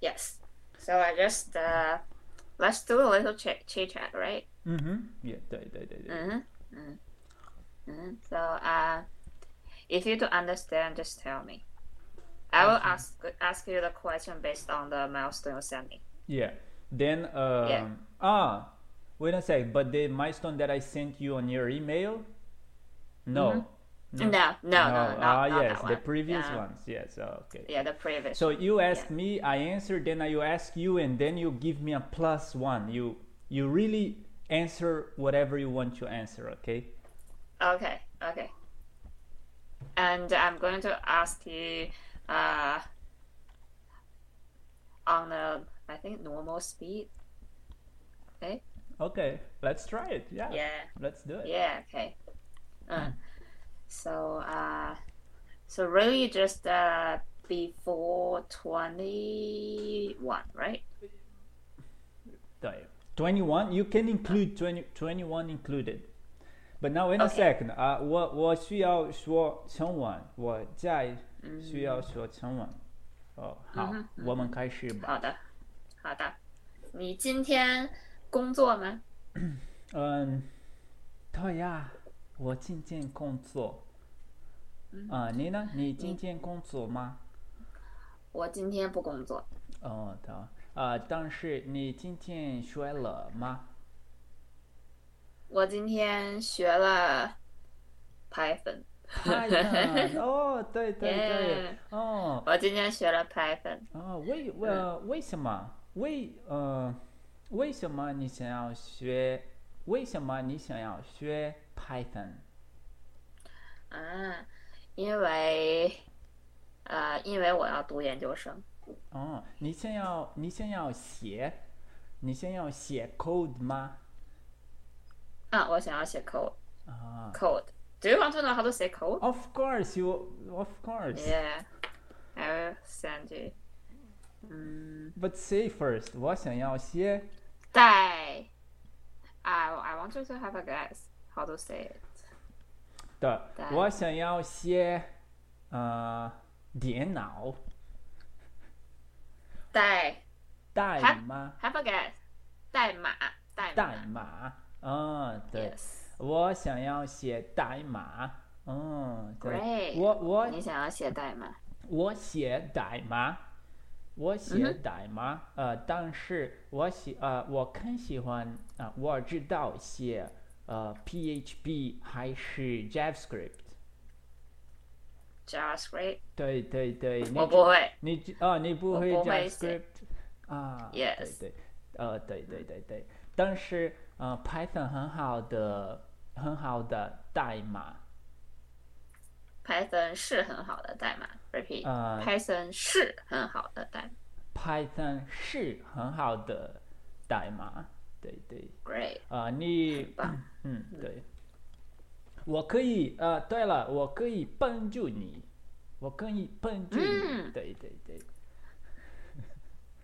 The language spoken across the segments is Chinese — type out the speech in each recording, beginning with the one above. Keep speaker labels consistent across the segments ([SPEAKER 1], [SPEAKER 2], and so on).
[SPEAKER 1] Yes. So I just uh, let's do a little chit chit chat, right?
[SPEAKER 2] 嗯哼，也对对对对，
[SPEAKER 1] Mm-hmm. Mm. hmm So uh, if you don't understand, just tell me. I will ask ask you the question based on the milestone you send me.
[SPEAKER 2] yeah. Then um, ah, wait a sec. But the milestone that I sent you on your email, no,
[SPEAKER 1] No, no, Mm-hmm. no, no, not,
[SPEAKER 2] ah
[SPEAKER 1] not
[SPEAKER 2] yes,
[SPEAKER 1] that
[SPEAKER 2] the
[SPEAKER 1] one.
[SPEAKER 2] previous
[SPEAKER 1] yeah.
[SPEAKER 2] ones. Yes, oh, okay.
[SPEAKER 1] Yeah, the previous.
[SPEAKER 2] So you ask me, I answer, then I ask you, and then you give me a plus one. You you really answer whatever you want to answer, okay?
[SPEAKER 1] Okay, okay. And I'm going to ask you uh, on a, I think, normal speed. Okay?
[SPEAKER 2] Okay, let's try it. Yeah,
[SPEAKER 1] Yeah,
[SPEAKER 2] let's do it.
[SPEAKER 1] yeah, okay. Uh, so, uh, so really just uh, before 21, right?
[SPEAKER 2] Dive. 21 you can include 20, 21 included but now in a
[SPEAKER 1] Okay.
[SPEAKER 2] second 啊、我我需要说中文我在需要说中文哦
[SPEAKER 1] 嗯
[SPEAKER 2] 好我们开始吧
[SPEAKER 1] 好的，好的。你今天工作吗？
[SPEAKER 2] 嗯对呀我今天工作
[SPEAKER 1] 嗯
[SPEAKER 2] 啊、你呢你今天工作吗
[SPEAKER 1] 我今天不工作。
[SPEAKER 2] 哦的啊、但是你今天学了 吗
[SPEAKER 1] 我今天学了 Python，
[SPEAKER 2] 哎呀哦对对对
[SPEAKER 1] Yeah
[SPEAKER 2] 哦
[SPEAKER 1] 我今天学了 Python，
[SPEAKER 2] 啊，为为、呃为什么为呃为什么你想要学？为什么你想要学 Python？
[SPEAKER 1] 啊，因为，呃，因为我要读研究生，
[SPEAKER 2] 哦，你想要你想要写，你想要写 code 吗？
[SPEAKER 1] 啊，我想要写 code
[SPEAKER 2] 啊
[SPEAKER 1] code。Do you want to know how to say code?
[SPEAKER 2] ，Of course you, of course.
[SPEAKER 1] Yeah, I will send you. Mm,
[SPEAKER 2] But say first，我想要写
[SPEAKER 1] 代，I I want you to have a guess how to say it.
[SPEAKER 2] 的，
[SPEAKER 1] 对
[SPEAKER 2] 我想要写呃电脑
[SPEAKER 1] 代
[SPEAKER 2] 代
[SPEAKER 1] 它
[SPEAKER 2] 码
[SPEAKER 1] ，have a guess，代码，代
[SPEAKER 2] 代
[SPEAKER 1] 码。
[SPEAKER 2] 码啊、对。
[SPEAKER 1] Yes,
[SPEAKER 2] 我想要写代码。嗯，对，
[SPEAKER 1] Great
[SPEAKER 2] 我我
[SPEAKER 1] 你想要写代码？
[SPEAKER 2] 我写代码，我写代码。呃，但是我喜呃，我更喜欢啊、呃我知道写呃 PHP 还是 JavaScript。
[SPEAKER 1] JavaScript，
[SPEAKER 2] 对对对，你
[SPEAKER 1] 我
[SPEAKER 2] 知
[SPEAKER 1] 不会。
[SPEAKER 2] 你知啊，你不会
[SPEAKER 1] 我不会写
[SPEAKER 2] JavaScript 啊
[SPEAKER 1] Yes
[SPEAKER 2] 对对，呃，对对对对，但是呃，Python 很好的很好的代码。
[SPEAKER 1] Python 是很好的代码。Repeat，、
[SPEAKER 2] 呃
[SPEAKER 1] Python 是很好的代码。
[SPEAKER 2] Python 是很好的代码，对对，
[SPEAKER 1] Great，
[SPEAKER 2] 啊、你
[SPEAKER 1] 棒，
[SPEAKER 2] 嗯，对，我可以，呃，对了，我可以帮助你，我可以帮助你，
[SPEAKER 1] 嗯
[SPEAKER 2] 对对对，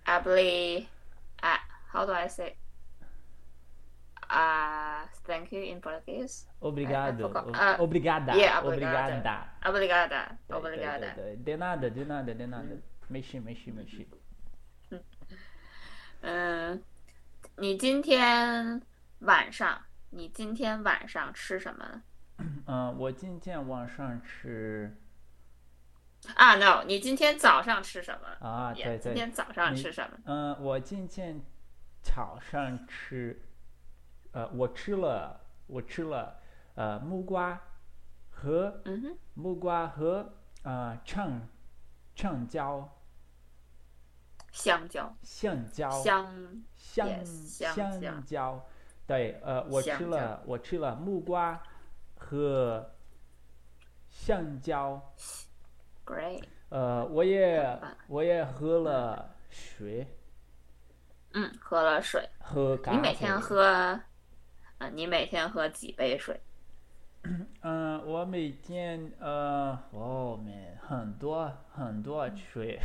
[SPEAKER 1] I believe. I how do I say? Uh, thank you in Portuguese.
[SPEAKER 2] obrigado，
[SPEAKER 1] forgot.
[SPEAKER 2] o-
[SPEAKER 1] Ah,
[SPEAKER 2] obrigada,
[SPEAKER 1] yeah, obrigada.
[SPEAKER 2] obrigada，
[SPEAKER 1] Obrigada. Obrigada.
[SPEAKER 2] 对对对对，de nada, de nada, de nada，没事没事没事，
[SPEAKER 1] 嗯，你今天晚上，你今天晚上吃什么了？
[SPEAKER 2] 嗯、我今天晚上吃，
[SPEAKER 1] 啊、n o 你今天早上吃什么？
[SPEAKER 2] 啊，
[SPEAKER 1] Yeah，
[SPEAKER 2] 对
[SPEAKER 1] 今
[SPEAKER 2] 对，
[SPEAKER 1] 天早上
[SPEAKER 2] 你
[SPEAKER 1] 吃什么？
[SPEAKER 2] 嗯、我今天早上吃，呃，我吃了，我吃了，呃，木瓜和
[SPEAKER 1] 嗯哼，
[SPEAKER 2] 木瓜和呃唱唱蕉、
[SPEAKER 1] 香蕉，
[SPEAKER 2] 橡胶、
[SPEAKER 1] 香
[SPEAKER 2] 香
[SPEAKER 1] yes，香蕉
[SPEAKER 2] 蕉，对，呃，我吃
[SPEAKER 1] 香
[SPEAKER 2] 了，我吃了木瓜和橡胶，
[SPEAKER 1] ，Great。
[SPEAKER 2] 呃，我也
[SPEAKER 1] 很棒
[SPEAKER 2] 我也喝了水，
[SPEAKER 1] 嗯，喝了水。
[SPEAKER 2] 喝咖啡。
[SPEAKER 1] 你每天喝，呃，你每天喝几杯水？
[SPEAKER 2] 嗯，我每天呃，哦，每很多很多水，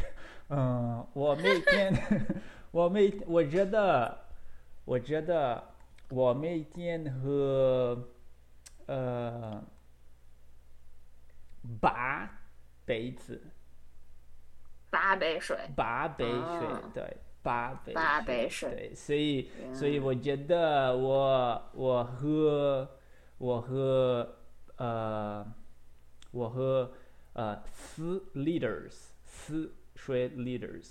[SPEAKER 2] 嗯，我每天， 我每我觉得，我觉得我每天喝，呃，八杯子，
[SPEAKER 1] 八杯水，
[SPEAKER 2] 八杯水，
[SPEAKER 1] 哦
[SPEAKER 2] 对，八杯，
[SPEAKER 1] 八杯水
[SPEAKER 2] 对，所以
[SPEAKER 1] 啊
[SPEAKER 2] 所以我觉得我我喝我喝呃我喝呃四 liters 四水 liters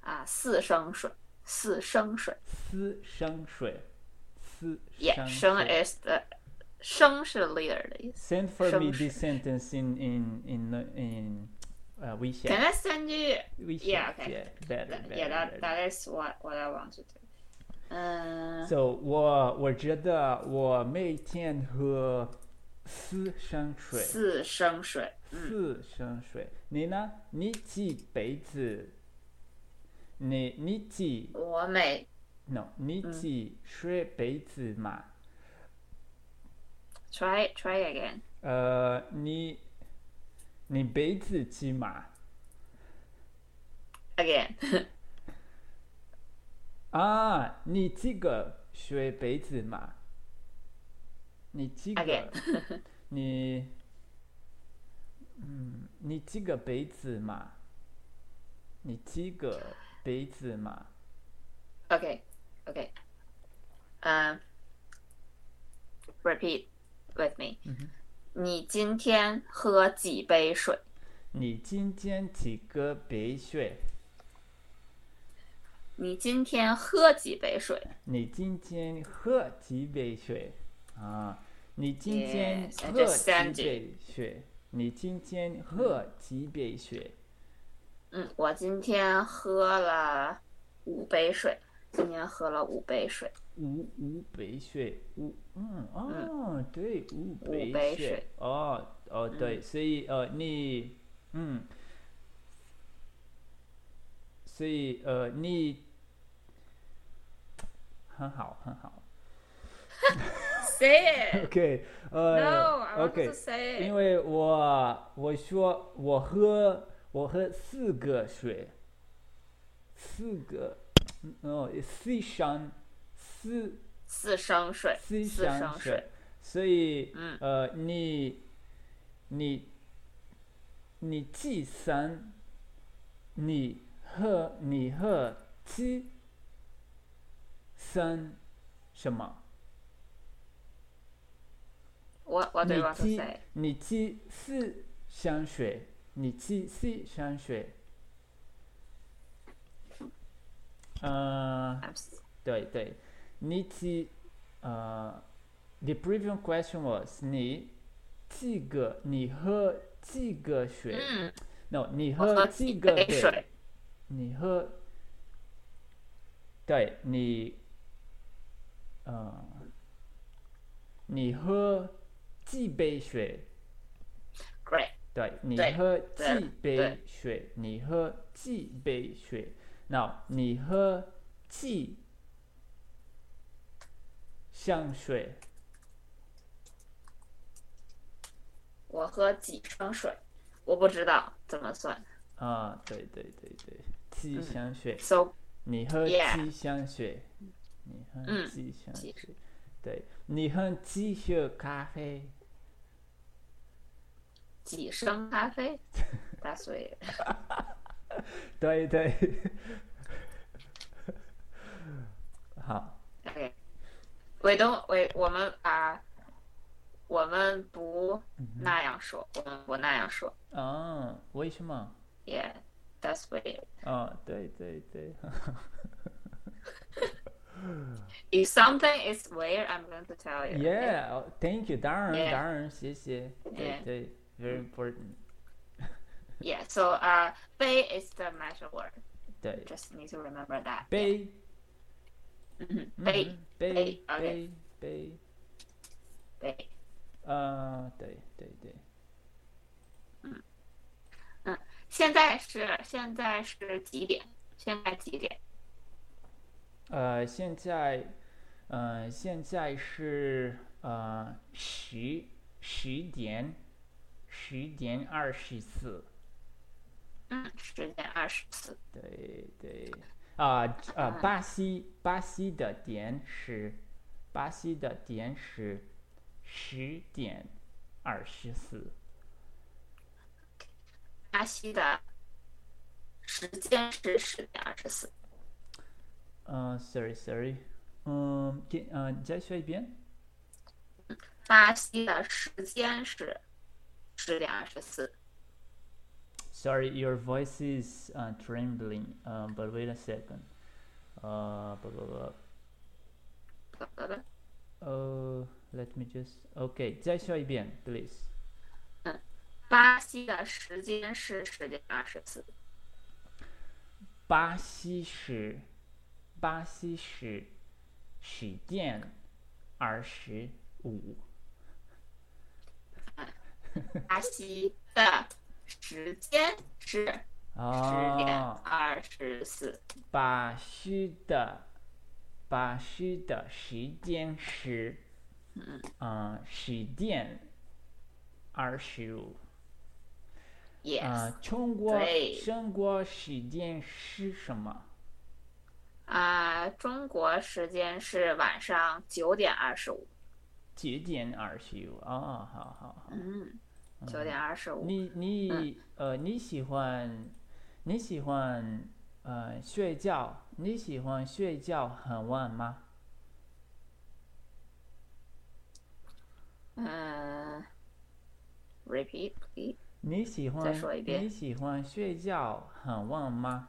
[SPEAKER 1] 啊，四升水，四升水。
[SPEAKER 2] 四升水四
[SPEAKER 1] Yeah,
[SPEAKER 2] 升
[SPEAKER 1] 升
[SPEAKER 2] 水。
[SPEAKER 1] is the 升是 leader 的意思。
[SPEAKER 2] Send for me
[SPEAKER 1] 升水
[SPEAKER 2] this sentence in in in in uh,
[SPEAKER 1] Can
[SPEAKER 2] WeChat
[SPEAKER 1] I send you?
[SPEAKER 2] WeChat
[SPEAKER 1] Yeah, okay.
[SPEAKER 2] yeah better
[SPEAKER 1] That,
[SPEAKER 2] better
[SPEAKER 1] yeah, that
[SPEAKER 2] better.
[SPEAKER 1] that is what what I want to do. 嗯，
[SPEAKER 2] So 我我觉得我每天喝四升水，
[SPEAKER 1] 四升水，嗯
[SPEAKER 2] 四升水。你呢？你几杯子？你你几
[SPEAKER 1] 我每
[SPEAKER 2] no？你几水杯子嘛？
[SPEAKER 1] try try again.
[SPEAKER 2] 呃，你你杯子几嘛？
[SPEAKER 1] Again，
[SPEAKER 2] 啊，你这个水杯子嘛？你这个
[SPEAKER 1] Again
[SPEAKER 2] 你嗯，你这个杯子嘛？你这个杯子嘛？
[SPEAKER 1] okay, okay. Um, repeat with me. 你今天喝几杯水？
[SPEAKER 2] 你今天几个杯水？
[SPEAKER 1] 你今天喝几杯水？
[SPEAKER 2] 你今天喝几杯水？啊，你今天
[SPEAKER 1] Yes, I
[SPEAKER 2] 喝
[SPEAKER 1] just sent
[SPEAKER 2] 几
[SPEAKER 1] it.
[SPEAKER 2] 杯水？你今天喝几杯水？
[SPEAKER 1] 嗯，我今天喝了五杯水，今天喝了五杯水。
[SPEAKER 2] 五五杯水，五嗯哦，对，五杯
[SPEAKER 1] 杯
[SPEAKER 2] 水
[SPEAKER 1] 水嗯
[SPEAKER 2] 哦哦对，所以呃你嗯，所以呃你很好很好
[SPEAKER 1] Say it.
[SPEAKER 2] ，OK
[SPEAKER 1] No,
[SPEAKER 2] 呃
[SPEAKER 1] I want
[SPEAKER 2] OK，
[SPEAKER 1] to say it.
[SPEAKER 2] 因为我我说我喝我喝四个水，四个嗯哦四升四。
[SPEAKER 1] 四升水，
[SPEAKER 2] 思
[SPEAKER 1] 四
[SPEAKER 2] 想
[SPEAKER 1] 升
[SPEAKER 2] 水
[SPEAKER 1] 水，，
[SPEAKER 2] 所以、
[SPEAKER 1] 嗯
[SPEAKER 2] 呃，你你你计算，你和你和计算什么？
[SPEAKER 1] 我我哦对
[SPEAKER 2] 你
[SPEAKER 1] 王思
[SPEAKER 2] 计
[SPEAKER 1] 谁？
[SPEAKER 2] 你计四香水，你计四香水。呃，
[SPEAKER 1] I'm s-
[SPEAKER 2] 对对，你几呃，the previous question was 你几个你喝几个水、
[SPEAKER 1] 嗯，
[SPEAKER 2] n o 你
[SPEAKER 1] 我喝
[SPEAKER 2] 喝
[SPEAKER 1] 几
[SPEAKER 2] 几个
[SPEAKER 1] 杯水？
[SPEAKER 2] 你喝，对你，呃，你喝几杯水？
[SPEAKER 1] ？Great，
[SPEAKER 2] 对你
[SPEAKER 1] 对
[SPEAKER 2] 喝
[SPEAKER 1] 对
[SPEAKER 2] 几
[SPEAKER 1] 对
[SPEAKER 2] 杯水？你喝几杯水？那你喝几香水？
[SPEAKER 1] 我喝几升水？我不知道怎么算。
[SPEAKER 2] 啊，对对对对，几香水？
[SPEAKER 1] So
[SPEAKER 2] 你喝
[SPEAKER 1] 嗯 Yeah
[SPEAKER 2] 几香水？你喝
[SPEAKER 1] 嗯
[SPEAKER 2] 几香
[SPEAKER 1] 几
[SPEAKER 2] 水？对，你喝几喝咖啡？
[SPEAKER 1] 几升咖啡？That's weird.
[SPEAKER 2] 对对， 好，
[SPEAKER 1] Okay. We don't. We 我们啊，我们不那样说，我们不那样说。
[SPEAKER 2] 啊，为什么？
[SPEAKER 1] Yeah, that's weird.
[SPEAKER 2] 啊，对对对，
[SPEAKER 1] If something is weird, I'm going to tell you. okay?
[SPEAKER 2] Yeah, oh, thank you. 当然
[SPEAKER 1] Yeah.
[SPEAKER 2] 当然，谢谢。对
[SPEAKER 1] Yeah.
[SPEAKER 2] 对，very important。
[SPEAKER 1] Yeah. So uh, bay is the measure word.
[SPEAKER 2] 对，
[SPEAKER 1] Just need to remember that.
[SPEAKER 2] 杯
[SPEAKER 1] 杯
[SPEAKER 2] 嗯杯
[SPEAKER 1] 杯
[SPEAKER 2] 杯杯，
[SPEAKER 1] bay.
[SPEAKER 2] 啊，对对对，
[SPEAKER 1] 现在是现在是几点？现在几点？
[SPEAKER 2] 呃，现在，呃，现在是呃十十点十点二十四。
[SPEAKER 1] 嗯，十点二十四。
[SPEAKER 2] 对对，啊呃，巴西巴西的点是，巴西的点是十点二十四。
[SPEAKER 1] 巴西的时间是十点二十四。
[SPEAKER 2] Uh, sorry, sorry. Um, can, uh, 你再说一遍。
[SPEAKER 1] 巴西的时间是十点二十四。
[SPEAKER 2] Sorry, your voice is uh, trembling. Um, but wait a second. Uh, blah, blah, blah.
[SPEAKER 1] 好的
[SPEAKER 2] Uh, let me just. Okay, 再说一遍，please.
[SPEAKER 1] 巴西的时间是十点二十四。
[SPEAKER 2] 巴西时，巴西时，十点二十五。
[SPEAKER 1] 巴西的时间是十点
[SPEAKER 2] 啊，
[SPEAKER 1] 二十四。
[SPEAKER 2] 巴西的，巴西的时间是，嗯、呃，十点二十五。啊
[SPEAKER 1] Yes，，
[SPEAKER 2] 中国
[SPEAKER 1] 对
[SPEAKER 2] 中国时间是什么？
[SPEAKER 1] 啊，中国时间是晚上九点二十五。
[SPEAKER 2] 九点二十五。啊，好好好。
[SPEAKER 1] 嗯，九点二十五。
[SPEAKER 2] 你
[SPEAKER 1] 嗯
[SPEAKER 2] 你呃，你喜欢你喜欢呃睡觉？你喜欢睡觉很晚吗？
[SPEAKER 1] 嗯，repeat please。
[SPEAKER 2] 你喜欢
[SPEAKER 1] 说一遍
[SPEAKER 2] 你喜欢睡觉很晚吗？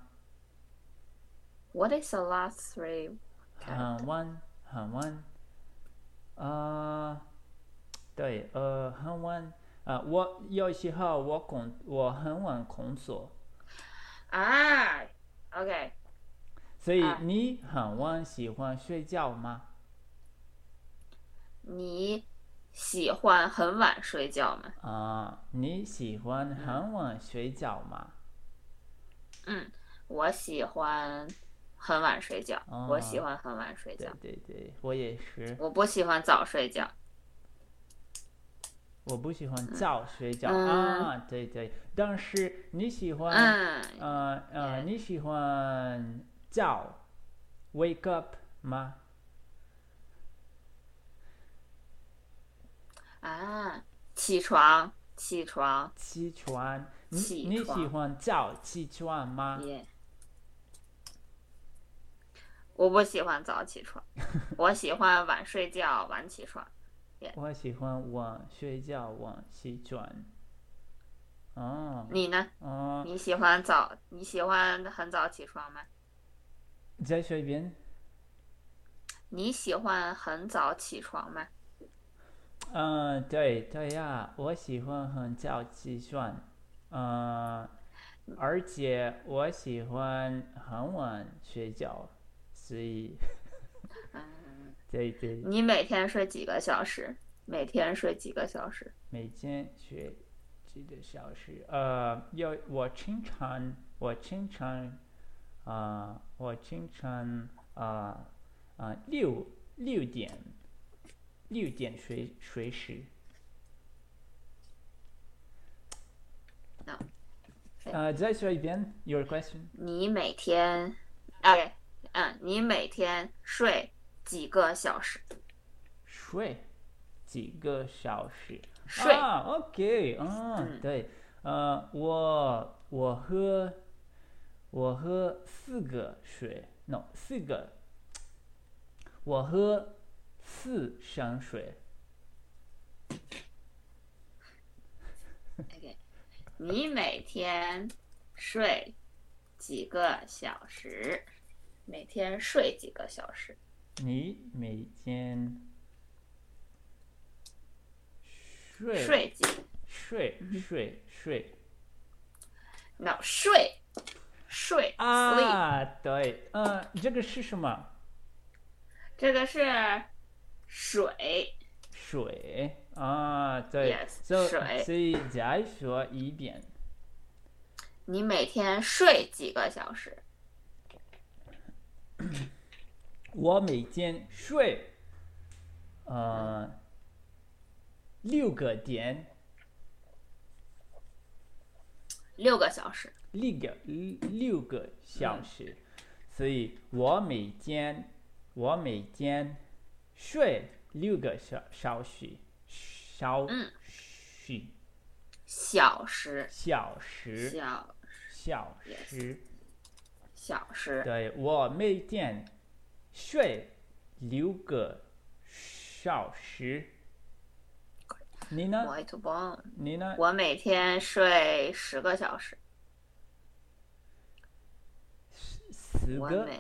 [SPEAKER 1] What is the last three？character？
[SPEAKER 2] 很晚很晚。呃，对，呃，很晚。啊，我有时候我工我很晚工作，
[SPEAKER 1] 啊，OK，
[SPEAKER 2] 所以
[SPEAKER 1] 啊
[SPEAKER 2] 你很晚喜欢睡觉吗？
[SPEAKER 1] 你喜欢很晚睡觉吗？
[SPEAKER 2] 啊，你喜欢很晚睡觉吗？
[SPEAKER 1] 嗯，我喜欢很晚睡觉，我喜
[SPEAKER 2] 啊
[SPEAKER 1] 欢很晚睡
[SPEAKER 2] 对
[SPEAKER 1] 觉，
[SPEAKER 2] 对对，我也是，
[SPEAKER 1] 我不喜欢早睡觉。
[SPEAKER 2] 我不喜欢早睡觉、
[SPEAKER 1] 嗯
[SPEAKER 2] 啊，对对。但是你喜欢，
[SPEAKER 1] 嗯，
[SPEAKER 2] 呃呃，
[SPEAKER 1] Yeah
[SPEAKER 2] 你喜欢早 wake up 吗？
[SPEAKER 1] 啊，起床，起床，
[SPEAKER 2] 起床，你
[SPEAKER 1] 起
[SPEAKER 2] 你喜
[SPEAKER 1] 床
[SPEAKER 2] 欢嗯早起床吗？
[SPEAKER 1] 耶、我不喜欢早起床，我喜欢晚睡觉，晚起床。
[SPEAKER 2] 我喜欢晚睡觉，晚起床。哦
[SPEAKER 1] 你呢？
[SPEAKER 2] 哦，
[SPEAKER 1] 你喜欢早？你喜欢很早起床吗？
[SPEAKER 2] 再说一遍。
[SPEAKER 1] 你喜欢很早起床吗？
[SPEAKER 2] 嗯，对对呀，我喜欢很早起床，嗯，而且我喜欢很晚睡觉，所以，
[SPEAKER 1] 嗯，
[SPEAKER 2] 对对，
[SPEAKER 1] 你每天睡几个小时？每天睡几个小时？
[SPEAKER 2] 每天学几个小时，呃，要我经常，我经常，啊、我经常啊啊六六点六点睡睡时。
[SPEAKER 1] No.
[SPEAKER 2] 呃，再说一遍，your question。
[SPEAKER 1] 你每天，哎，嗯，你每天睡几个小时？
[SPEAKER 2] 睡几个小时。
[SPEAKER 1] 睡
[SPEAKER 2] 啊，OK，嗯，
[SPEAKER 1] 嗯
[SPEAKER 2] 对，呃，我我喝我喝四个水，no 四个，我喝四升水。
[SPEAKER 1] OK，你每天睡几个小时？每天睡几个小时？
[SPEAKER 2] 你每天睡
[SPEAKER 1] 睡嗯几
[SPEAKER 2] 睡睡睡
[SPEAKER 1] ？No，睡睡 sleep，
[SPEAKER 2] 啊，对，嗯，这个是什么？
[SPEAKER 1] 这个是水。
[SPEAKER 2] 水啊，对
[SPEAKER 1] Yes，
[SPEAKER 2] 所以
[SPEAKER 1] 水
[SPEAKER 2] 所以再说一遍，
[SPEAKER 1] 你每天睡几个小时？
[SPEAKER 2] 我每天睡，呃，六个点，
[SPEAKER 1] 六个小时。
[SPEAKER 2] 六个六个小时，所以我每天我每天睡六个小小时，小
[SPEAKER 1] 嗯
[SPEAKER 2] 时
[SPEAKER 1] 小时，
[SPEAKER 2] 小时
[SPEAKER 1] 小
[SPEAKER 2] 小
[SPEAKER 1] Yes
[SPEAKER 2] 时，
[SPEAKER 1] 小时。
[SPEAKER 2] 对我每天睡六个小时。你呢？
[SPEAKER 1] Muito bom。
[SPEAKER 2] 你呢？
[SPEAKER 1] 我每天睡十个小时，
[SPEAKER 2] 十
[SPEAKER 1] 我
[SPEAKER 2] 个、
[SPEAKER 1] 每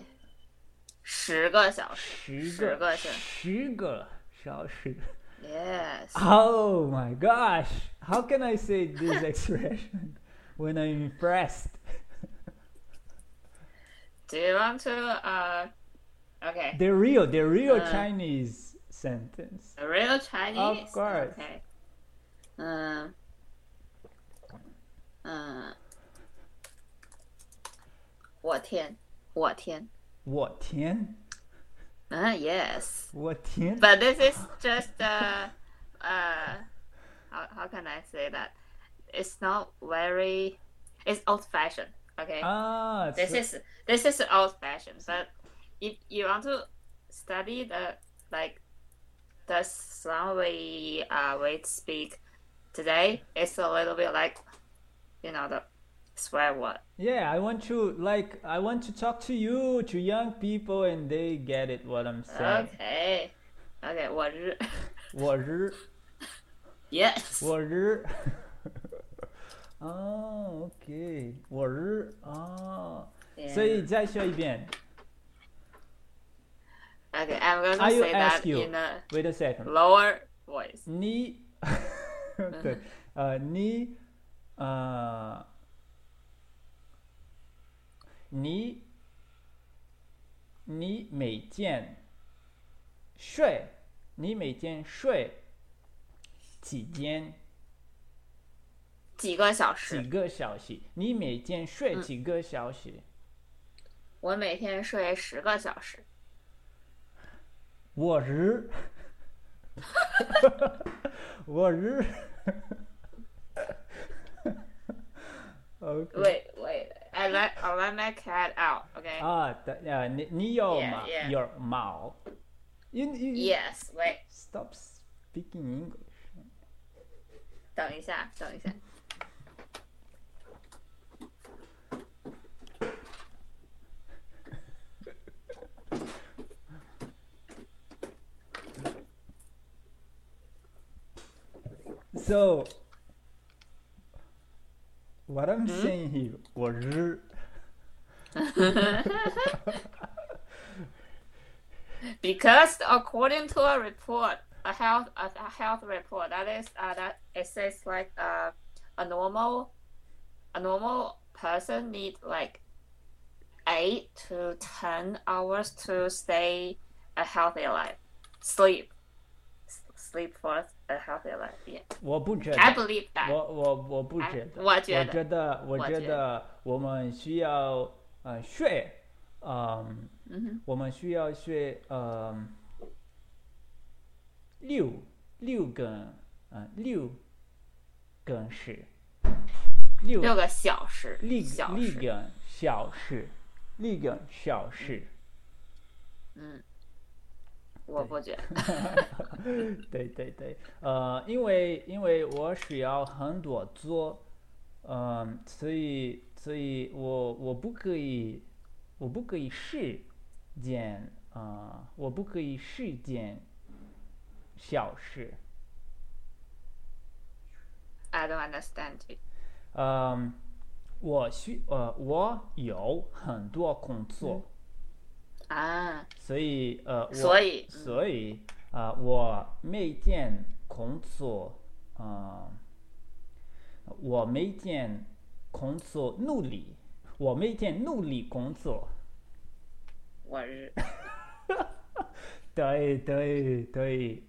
[SPEAKER 1] 十个小时。
[SPEAKER 2] 十
[SPEAKER 1] 十
[SPEAKER 2] 个、
[SPEAKER 1] 个是
[SPEAKER 2] 十个小时。
[SPEAKER 1] Yes，
[SPEAKER 2] Oh my gosh! How can I say this expression when I'm impressed?
[SPEAKER 1] Do you want to? Uh, okay.
[SPEAKER 2] The real, the real
[SPEAKER 1] Uh,
[SPEAKER 2] Chinese sentence.
[SPEAKER 1] A real Chinese.
[SPEAKER 2] Of course.
[SPEAKER 1] Okay. Um. Um. 我天，我天。
[SPEAKER 2] What tian?
[SPEAKER 1] Uh, yes.
[SPEAKER 2] What tian?
[SPEAKER 1] But this is just uh, uh, how, how can I say that? It's not very. It's old fashioned. Okay.
[SPEAKER 2] Ah,
[SPEAKER 1] this
[SPEAKER 2] so-
[SPEAKER 1] is this is old fashioned but if you want to study the like the sound we uh we speak today it's a little bit like you know the swear word
[SPEAKER 2] yeah. I want to like I want to talk to you to young people and they get it what I'm saying.
[SPEAKER 1] okay okay what is it?
[SPEAKER 2] 我日
[SPEAKER 1] yes
[SPEAKER 2] 我日 Oh, okay. 我日 Oh.
[SPEAKER 1] Yeah.
[SPEAKER 2] 所以再说一遍。
[SPEAKER 1] okay i'm gonna
[SPEAKER 2] I will
[SPEAKER 1] say that
[SPEAKER 2] ask you.
[SPEAKER 1] in a
[SPEAKER 2] Wait a second.
[SPEAKER 1] lower voice
[SPEAKER 2] 你对，呃，你呃，你你每天睡，你每天睡几天
[SPEAKER 1] 几个小
[SPEAKER 2] 几
[SPEAKER 1] 时
[SPEAKER 2] 个小时？你每天睡几个小时？
[SPEAKER 1] 我每天睡十个小时
[SPEAKER 2] 我日， 我日。OK。
[SPEAKER 1] wait wait i let i let my cat out okay
[SPEAKER 2] 啊，对，呃，你你有
[SPEAKER 1] Yeah,
[SPEAKER 2] 毛
[SPEAKER 1] yeah.
[SPEAKER 2] 有毛，you you you-
[SPEAKER 1] yes wait
[SPEAKER 2] stop speaking English。
[SPEAKER 1] 等一下， 等一下。
[SPEAKER 2] So what I'm
[SPEAKER 1] Hmm?
[SPEAKER 2] saying here，我日，
[SPEAKER 1] Because according to a report, a health a, a health report that is uh, that it says like uh, a normal a normal person need like eight to ten hours to stay a healthy life, sleep, S- sleep for a healthy life. Yeah,
[SPEAKER 2] 我不觉
[SPEAKER 1] I
[SPEAKER 2] 得，
[SPEAKER 1] believe that.
[SPEAKER 2] 我我我不觉得，
[SPEAKER 1] 我
[SPEAKER 2] 我
[SPEAKER 1] 觉得
[SPEAKER 2] 觉得，我
[SPEAKER 1] 我
[SPEAKER 2] 觉
[SPEAKER 1] 觉
[SPEAKER 2] 得我们需要呃学，嗯，
[SPEAKER 1] 嗯哼
[SPEAKER 2] 我们需要学呃六六个呃六个是六
[SPEAKER 1] 六个小时，
[SPEAKER 2] 立
[SPEAKER 1] 小
[SPEAKER 2] 立
[SPEAKER 1] 时，
[SPEAKER 2] 个小事，立个小事，
[SPEAKER 1] 嗯我不觉得。
[SPEAKER 2] 对对对，呃，因为因为我需要很多做，嗯、所以所以我我不可以，我不可以时间啊、呃我不可以时间小事，
[SPEAKER 1] I don't understand you.
[SPEAKER 2] 嗯、我需呃我有很多工作，
[SPEAKER 1] 啊，
[SPEAKER 2] 所以呃我
[SPEAKER 1] 所以
[SPEAKER 2] 嗯所以啊、我每天工作，啊、我每天工作努力，我每天努力工作。
[SPEAKER 1] 我 日。
[SPEAKER 2] 对对对，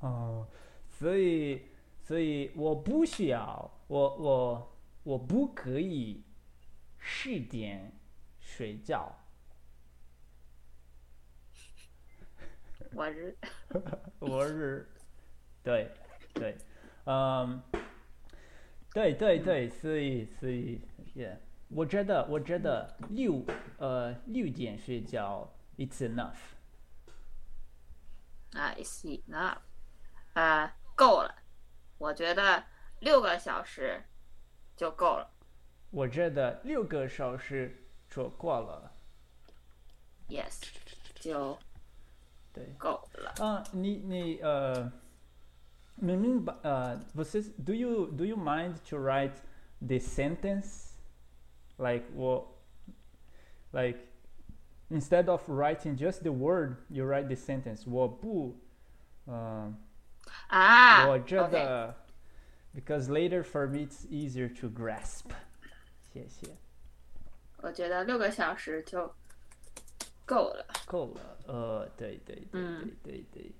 [SPEAKER 2] 哦、所以所以我不需要，我我我不可以十点睡觉。
[SPEAKER 1] 我日，
[SPEAKER 2] 我是，对，对，嗯，对对对，所以所以，yeah，我觉得我觉得六呃六点睡觉 it's enough，
[SPEAKER 1] 啊，is enough，啊，够了，我觉得六个小时就够了。
[SPEAKER 2] 我觉得六个小时就够了，
[SPEAKER 1] yes 就
[SPEAKER 2] 对。
[SPEAKER 1] 够了。
[SPEAKER 2] Ah, ni, ni, uh, me mean, by- uh, vocês, do you do you mind to write the sentence, like what, like instead of writing just the word, you write the sentence. 我不, um,
[SPEAKER 1] 啊
[SPEAKER 2] 我觉得,
[SPEAKER 1] ，OK，
[SPEAKER 2] because later for me it's easier to grasp. 谢谢。
[SPEAKER 1] 我觉得六个小时就够了。
[SPEAKER 2] 够了，呃，对对对
[SPEAKER 1] 嗯
[SPEAKER 2] 对对对，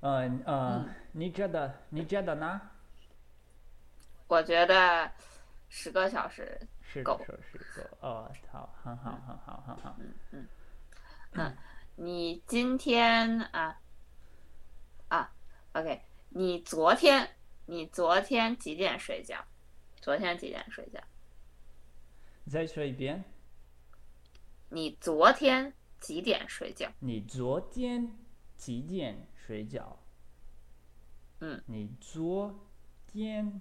[SPEAKER 2] 嗯呃，你觉得你觉得呢？
[SPEAKER 1] 我觉得十个小时，
[SPEAKER 2] 是
[SPEAKER 1] 够
[SPEAKER 2] 的，说是够，哦，好，很好，很好，很好。
[SPEAKER 1] 嗯你今天啊啊，OK，你昨天你昨天几点睡觉？昨天几点睡觉？
[SPEAKER 2] 再说一遍，
[SPEAKER 1] 你昨天几点睡觉？
[SPEAKER 2] 你昨天几点睡觉？
[SPEAKER 1] 嗯，
[SPEAKER 2] 你昨天，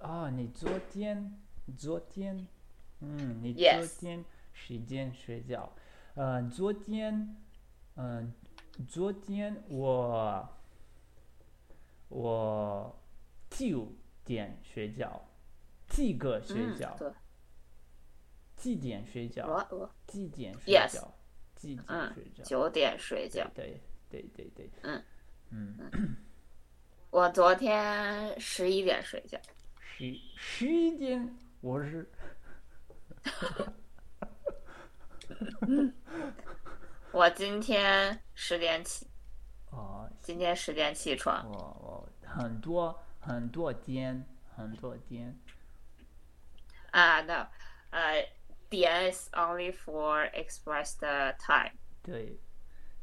[SPEAKER 2] 啊，你昨天，昨天，嗯，你昨
[SPEAKER 1] Yes
[SPEAKER 2] 天时间睡觉，呃，昨天，嗯、昨天我我九点睡觉，几个睡觉
[SPEAKER 1] 嗯，？对，
[SPEAKER 2] 几点睡觉？
[SPEAKER 1] 我我
[SPEAKER 2] 几点睡
[SPEAKER 1] Yes
[SPEAKER 2] 觉？几点
[SPEAKER 1] 嗯
[SPEAKER 2] 睡觉？
[SPEAKER 1] 九嗯点睡觉。
[SPEAKER 2] 对对对对，嗯
[SPEAKER 1] 我昨天十一点睡觉。
[SPEAKER 2] 十十一点我是
[SPEAKER 1] 我今天十点起，
[SPEAKER 2] 啊，
[SPEAKER 1] 今天十点起床。
[SPEAKER 2] 我我很多很多天很多天，
[SPEAKER 1] Ah, no. Uh, DN is only for express the time.
[SPEAKER 2] 对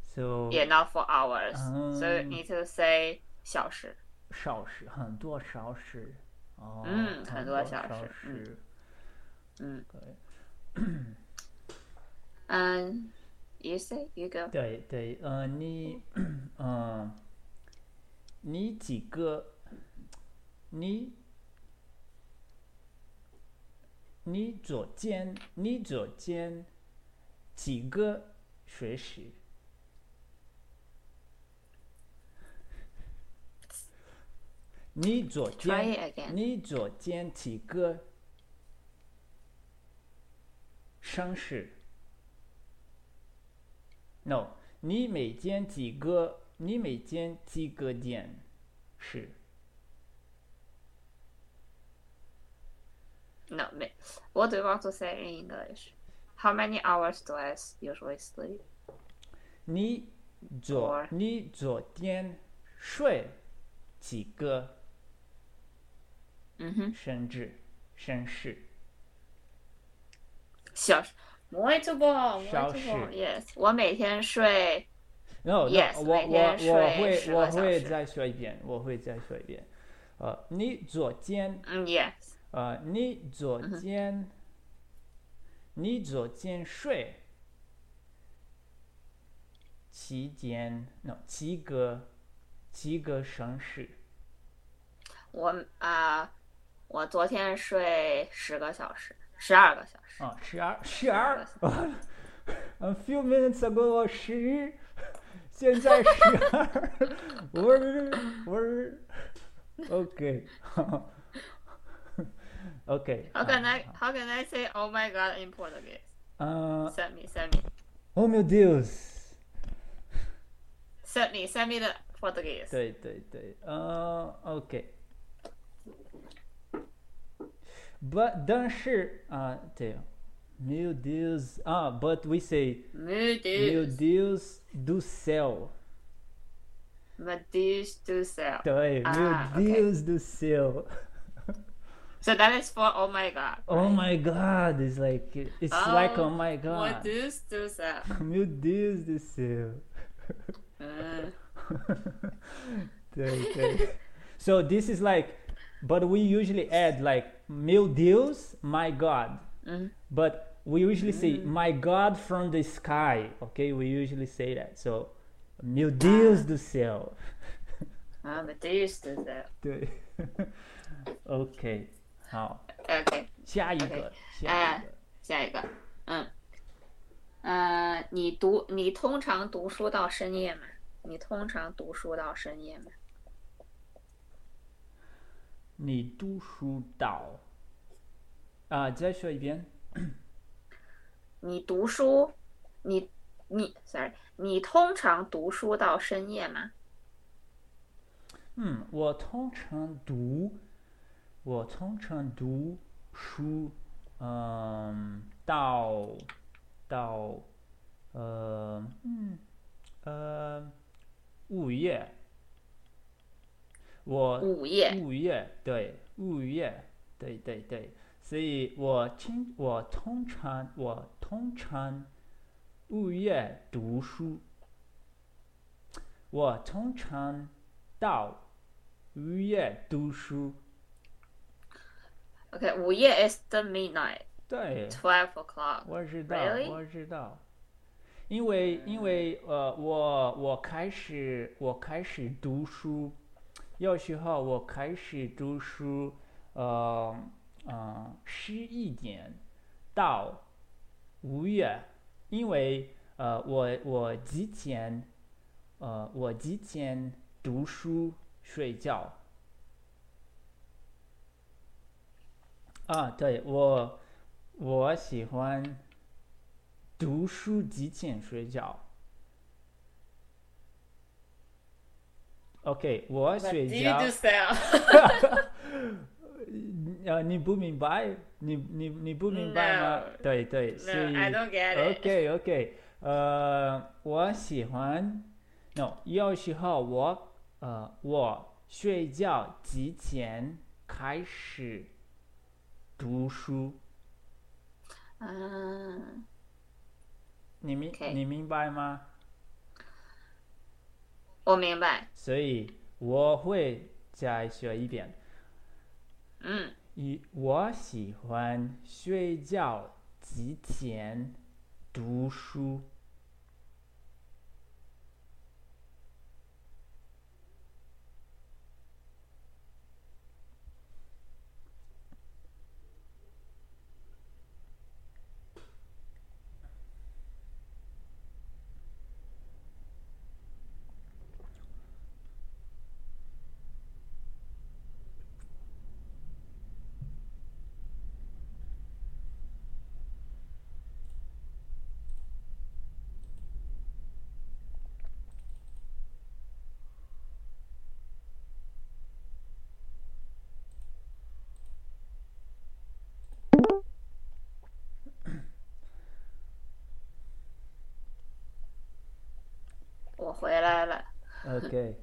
[SPEAKER 2] ，so
[SPEAKER 1] Yeah, not for hours. So you
[SPEAKER 2] Um.
[SPEAKER 1] need to say 小时。
[SPEAKER 2] 少时很多少时，哦，
[SPEAKER 1] 嗯很
[SPEAKER 2] 很
[SPEAKER 1] 多小
[SPEAKER 2] 少
[SPEAKER 1] 时嗯
[SPEAKER 2] 时，
[SPEAKER 1] 嗯
[SPEAKER 2] 对
[SPEAKER 1] And you say, you go.
[SPEAKER 2] 对对，呃，你，嗯，你几个，你，你左肩，你左肩几个学习？你左
[SPEAKER 1] Try
[SPEAKER 2] 肩，
[SPEAKER 1] it again.
[SPEAKER 2] 你左肩几个生日？No，你每天几个？你每天几个点是？
[SPEAKER 1] No, ma- what do you want to say in English? How many hours do I s- usually sleep?
[SPEAKER 2] 你昨
[SPEAKER 1] Or-
[SPEAKER 2] 你昨天睡几个
[SPEAKER 1] Mm-hmm.
[SPEAKER 2] 生日？生日？
[SPEAKER 1] Muito bom,
[SPEAKER 2] 小
[SPEAKER 1] muito
[SPEAKER 2] 时
[SPEAKER 1] bom. Yes. 我每天睡
[SPEAKER 2] No, no,
[SPEAKER 1] Yes，
[SPEAKER 2] 我
[SPEAKER 1] 每
[SPEAKER 2] 我
[SPEAKER 1] 天睡
[SPEAKER 2] 我会
[SPEAKER 1] 10个
[SPEAKER 2] 我
[SPEAKER 1] 小
[SPEAKER 2] 会
[SPEAKER 1] 时
[SPEAKER 2] 再说一遍，我会再说一遍。呃，你昨天
[SPEAKER 1] 嗯 yes.
[SPEAKER 2] 呃，你昨天你昨天睡期间，no 几个几个省市？
[SPEAKER 1] 我啊我昨天睡十个小时，十二个小时。
[SPEAKER 2] 啊，十二十二，a few minutes ago 我十一， 现在十二，我是我是，OK，OK，
[SPEAKER 1] How can
[SPEAKER 2] 啊
[SPEAKER 1] I how can I say oh my god in Portuguese?
[SPEAKER 2] 呃
[SPEAKER 1] Send me, send me,
[SPEAKER 2] oh meu Deus，
[SPEAKER 1] send me, send me the Portuguese.
[SPEAKER 2] 对对对，呃，OK，不，但是啊，对，meu Deus，啊，but we say
[SPEAKER 1] Meu
[SPEAKER 2] meu
[SPEAKER 1] Deus,
[SPEAKER 2] Deus do céu。
[SPEAKER 1] meu Deus do céu.
[SPEAKER 2] 对，
[SPEAKER 1] Ah,
[SPEAKER 2] meu
[SPEAKER 1] okay.
[SPEAKER 2] Deus do céu.
[SPEAKER 1] So that is for oh my god.
[SPEAKER 2] Oh my God, it's like it's
[SPEAKER 1] Ah,
[SPEAKER 2] like oh my
[SPEAKER 1] Meu
[SPEAKER 2] God.
[SPEAKER 1] Deus do céu.
[SPEAKER 2] Meu Deus do céu.
[SPEAKER 1] 嗯
[SPEAKER 2] 对对 so this is like, but we usually add like meu Deus, my God.
[SPEAKER 1] 嗯
[SPEAKER 2] But we usually say my God from the sky. Okay, we usually say that. So meu Deus do céu.
[SPEAKER 1] 啊，meu Deus do céu.
[SPEAKER 2] 对，OK，好，
[SPEAKER 1] OK，
[SPEAKER 2] 下一
[SPEAKER 1] Okay.
[SPEAKER 2] 个，下一
[SPEAKER 1] 哎
[SPEAKER 2] 个。
[SPEAKER 1] 下一个，嗯，嗯、你读你通常读书到深夜吗？你通常读书到深夜吗？
[SPEAKER 2] 你读书到啊？Uh, 再说一遍。
[SPEAKER 1] 你读书，你你 sorry，你通常读书到深夜吗？
[SPEAKER 2] 嗯，我通常读，我通常读书，嗯，到到呃嗯呃午夜，我
[SPEAKER 1] 午夜，
[SPEAKER 2] 物业，对，物业，对对对，所以我经我通常我通常物业读书，我通常到物业读书，
[SPEAKER 1] OK，午夜 is the midnight
[SPEAKER 2] 对，
[SPEAKER 1] twelve o'clock。
[SPEAKER 2] 我知道
[SPEAKER 1] Really？
[SPEAKER 2] 我知道，因为因为呃，我我开始我开始读书，有时候我开始读书，呃呃，十一点到五月，因为呃，我我提前呃，我提前读书睡觉。啊，对，我我喜欢读书提前睡觉。OK，我
[SPEAKER 1] But
[SPEAKER 2] 睡
[SPEAKER 1] do you
[SPEAKER 2] 觉
[SPEAKER 1] do。so？
[SPEAKER 2] 呃，你不明白？你你你不明白吗
[SPEAKER 1] No
[SPEAKER 2] 对对，所
[SPEAKER 1] No,
[SPEAKER 2] 以
[SPEAKER 1] I don't get it.
[SPEAKER 2] OK OK，呃，我喜欢，no，有时候我呃，我睡觉之前开始读书，
[SPEAKER 1] 嗯，
[SPEAKER 2] 你明
[SPEAKER 1] OK
[SPEAKER 2] 你明白吗？
[SPEAKER 1] 我明白。
[SPEAKER 2] 所以我会再学一遍。
[SPEAKER 1] 嗯，
[SPEAKER 2] 一，我喜欢睡觉之前读书。
[SPEAKER 1] 我回来了。
[SPEAKER 2] OK，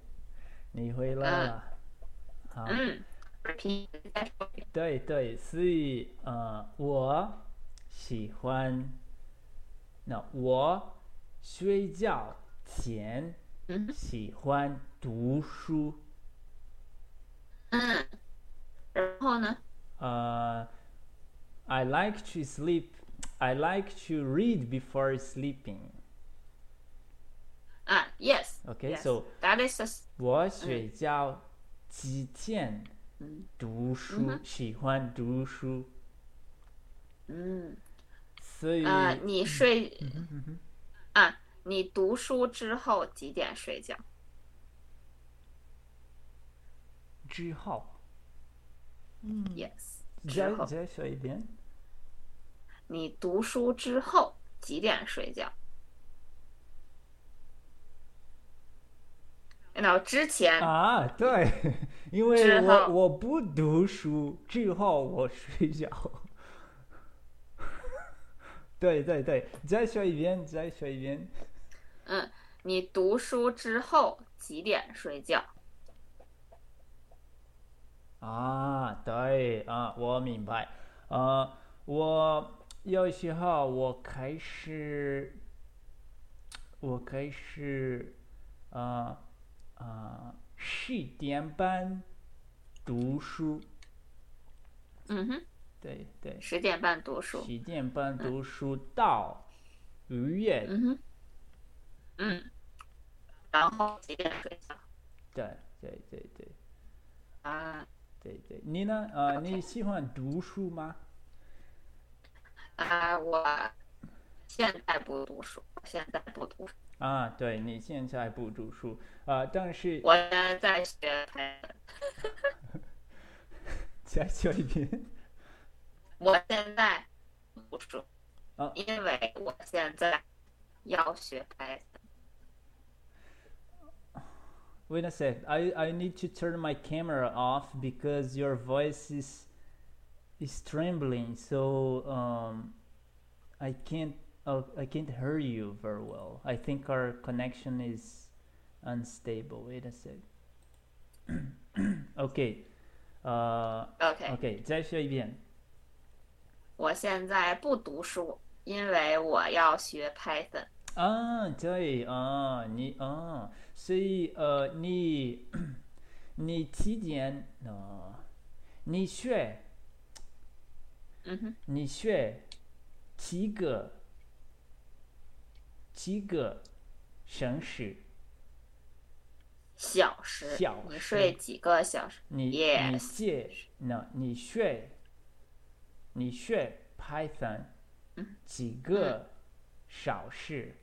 [SPEAKER 2] 你回来
[SPEAKER 1] 嗯
[SPEAKER 2] 了。好，
[SPEAKER 1] 嗯，repeat 再说一遍
[SPEAKER 2] 对对，所以呃，我喜欢，那我睡觉前
[SPEAKER 1] 嗯哼
[SPEAKER 2] 喜欢读书。
[SPEAKER 1] 嗯，然后呢？
[SPEAKER 2] Uh, I like to sleep. I like to read before sleeping.
[SPEAKER 1] 啊，yes。嗯
[SPEAKER 2] Okay, so
[SPEAKER 1] that is just
[SPEAKER 2] 我睡觉之前
[SPEAKER 1] 嗯
[SPEAKER 2] 读书，喜欢读书，
[SPEAKER 1] 嗯
[SPEAKER 2] 所以
[SPEAKER 1] 啊，你睡啊，你读书之后几点睡觉？
[SPEAKER 2] 之后
[SPEAKER 1] Yes，之
[SPEAKER 2] 再
[SPEAKER 1] 后
[SPEAKER 2] 再说一遍，
[SPEAKER 1] 你读书之后几点睡觉？那之前
[SPEAKER 2] 啊，对， 因为
[SPEAKER 1] 之
[SPEAKER 2] 我
[SPEAKER 1] 后
[SPEAKER 2] 我不读书，之后我睡觉。 对对对，再说一遍，再说一遍。
[SPEAKER 1] 嗯，你读书之后几点睡觉？
[SPEAKER 2] 啊，对啊，我明白。呃，我有时候我开始，我开始，呃呃，十点半读书，
[SPEAKER 1] 嗯哼，
[SPEAKER 2] 对对，
[SPEAKER 1] 十点半读书。
[SPEAKER 2] 十点半读书到五月，
[SPEAKER 1] 嗯哼，嗯，然后几点睡觉？
[SPEAKER 2] 对对对对
[SPEAKER 1] 啊
[SPEAKER 2] 对对。你呢？呃，你
[SPEAKER 1] OK
[SPEAKER 2] 喜欢读书吗？
[SPEAKER 1] 啊，我现在不读书，现在不读书，
[SPEAKER 2] 啊，对你现在不读书啊，但是
[SPEAKER 1] 我现在学培训，
[SPEAKER 2] 再说一遍
[SPEAKER 1] 我现在不读书
[SPEAKER 2] 啊，
[SPEAKER 1] 因为我现在要学培训。
[SPEAKER 2] Wait a sec. I, I need to turn my camera off because your voice is is trembling. So um, I can't uh, I can't hear you very well. I think our connection is unstable. Wait a sec. okay. Uh,
[SPEAKER 1] OK，,
[SPEAKER 2] okay. 再说一遍.
[SPEAKER 1] 我现在不读书，因为我要学 Python。
[SPEAKER 2] 啊，对啊，你啊，所以呃，你你提前啊、呃你学
[SPEAKER 1] 嗯哼，
[SPEAKER 2] 你学几个几个省市？
[SPEAKER 1] 小时，
[SPEAKER 2] 小
[SPEAKER 1] 你
[SPEAKER 2] 时
[SPEAKER 1] 睡几个小时？
[SPEAKER 2] 你你
[SPEAKER 1] Yes
[SPEAKER 2] 借那你学你学 Python
[SPEAKER 1] 嗯
[SPEAKER 2] 几个小时？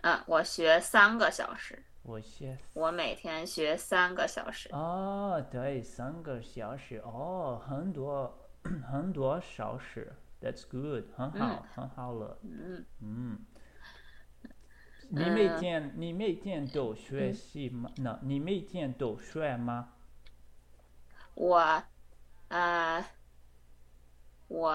[SPEAKER 1] 啊，我学三个小时，
[SPEAKER 2] 我学
[SPEAKER 1] 我每天学三个小时。
[SPEAKER 2] 哦，对，三个小时哦，很多 很多小时，That's good，很好，很好了。
[SPEAKER 1] 嗯，
[SPEAKER 2] 嗯，你每
[SPEAKER 1] 嗯
[SPEAKER 2] 天你每天都学习吗？那你每天都学吗？
[SPEAKER 1] 我，呃，我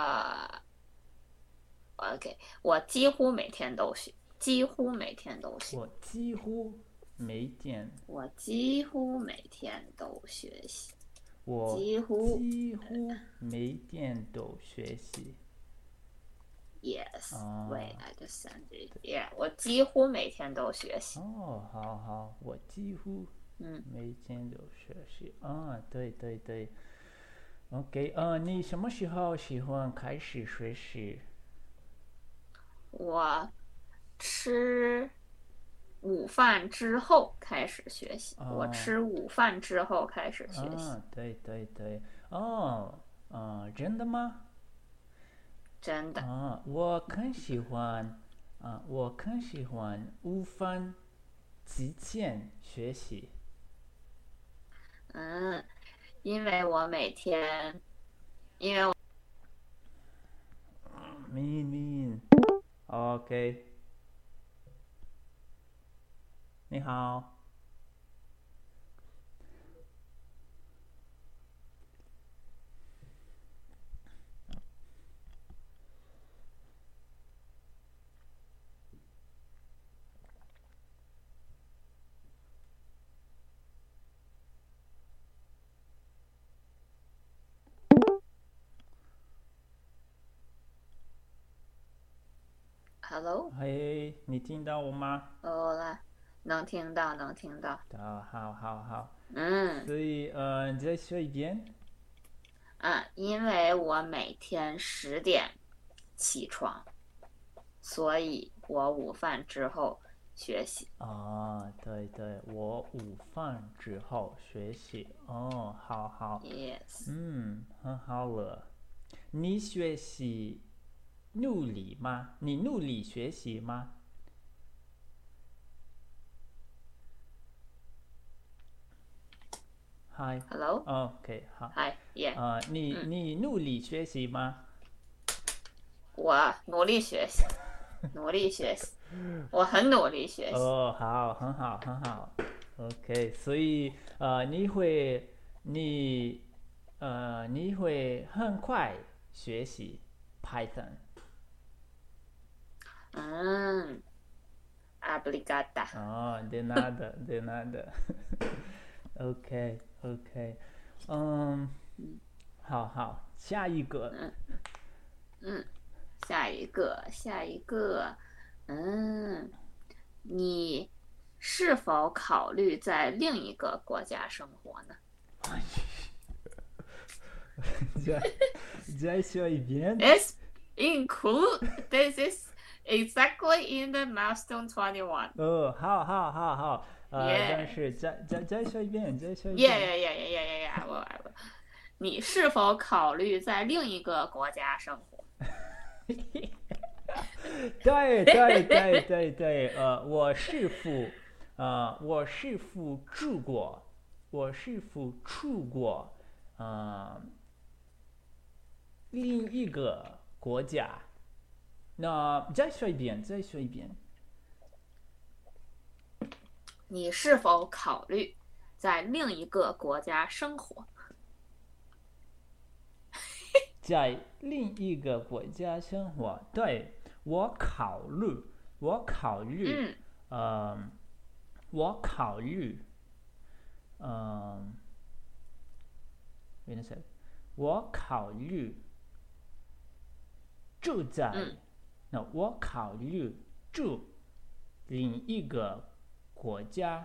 [SPEAKER 1] ，OK，我几乎每天都学，几乎每天都学，
[SPEAKER 2] 我几乎每天，
[SPEAKER 1] 我几乎每天都学习，
[SPEAKER 2] 我
[SPEAKER 1] 几乎
[SPEAKER 2] 几乎每天都学习。
[SPEAKER 1] Yes,
[SPEAKER 2] 哦
[SPEAKER 1] wait, I just sent it. Yeah，我几乎每天都学习。
[SPEAKER 2] 哦，好好，我几乎
[SPEAKER 1] 嗯，
[SPEAKER 2] 每天都学习啊，对对对。OK，呃，你什么时候喜欢开始学习？
[SPEAKER 1] 我吃午饭之后开始学习。我
[SPEAKER 2] 哦
[SPEAKER 1] 吃午饭之后开始学习，
[SPEAKER 2] 啊，对对对，哦，啊，真的吗？
[SPEAKER 1] 真的。
[SPEAKER 2] 啊，我很喜欢，啊，我很喜欢午饭之前学习。
[SPEAKER 1] 嗯，因为我每天，因为我
[SPEAKER 2] Mean mean。OK。你好。
[SPEAKER 1] Hello，
[SPEAKER 2] 嘿，你听到我吗？
[SPEAKER 1] 好啦，能听到，能听到。
[SPEAKER 2] 好，好，好，好。
[SPEAKER 1] 嗯
[SPEAKER 2] 所以，呃，你再说一遍。
[SPEAKER 1] 嗯，因为我每天十点起床，所以我午饭之后学习。
[SPEAKER 2] 啊，对对，我午饭之后学习。哦，好好，
[SPEAKER 1] Yes，
[SPEAKER 2] 嗯，很好了。你学习努力吗？你努力学习吗？嗨
[SPEAKER 1] Hello，
[SPEAKER 2] 哦，OK，好。
[SPEAKER 1] 嗨耶！
[SPEAKER 2] 啊，你你努力学习吗？
[SPEAKER 1] 我努力学习，努力学习，我很努力学习。
[SPEAKER 2] 哦，好，很好，很好。OK，所以呃，你会你呃，你会很快学习 Python。
[SPEAKER 1] 嗯，obrigada。
[SPEAKER 2] 哦，de nada, de nada. OK, OK，嗯，好好，下一个
[SPEAKER 1] 下一个，下一个，嗯，你是否考虑在另一个国家生活呢？
[SPEAKER 2] 再再说一遍。
[SPEAKER 1] This include this is exactly in the milestone twenty one.
[SPEAKER 2] 哦，好好好好，呃，
[SPEAKER 1] Yeah
[SPEAKER 2] 但是再再再说一遍，再说一
[SPEAKER 1] Yeah,
[SPEAKER 2] 遍。
[SPEAKER 1] yeah, yeah, yeah, yeah, yeah, yeah. 我我我，你是否考虑在另一个国家生活？
[SPEAKER 2] 对对对对对，呃，我师傅，呃，我师傅住过，我师傅住过，呃，另一个国家。那再说一遍，再说一遍。
[SPEAKER 1] 你是否考虑在另一个国家生活？
[SPEAKER 2] 在另一个国家生活，对我考虑，我考虑，
[SPEAKER 1] 嗯，
[SPEAKER 2] 呃，我考虑，呃，wait a sec，我考虑住在，
[SPEAKER 1] 嗯
[SPEAKER 2] 那我考虑住另一个国家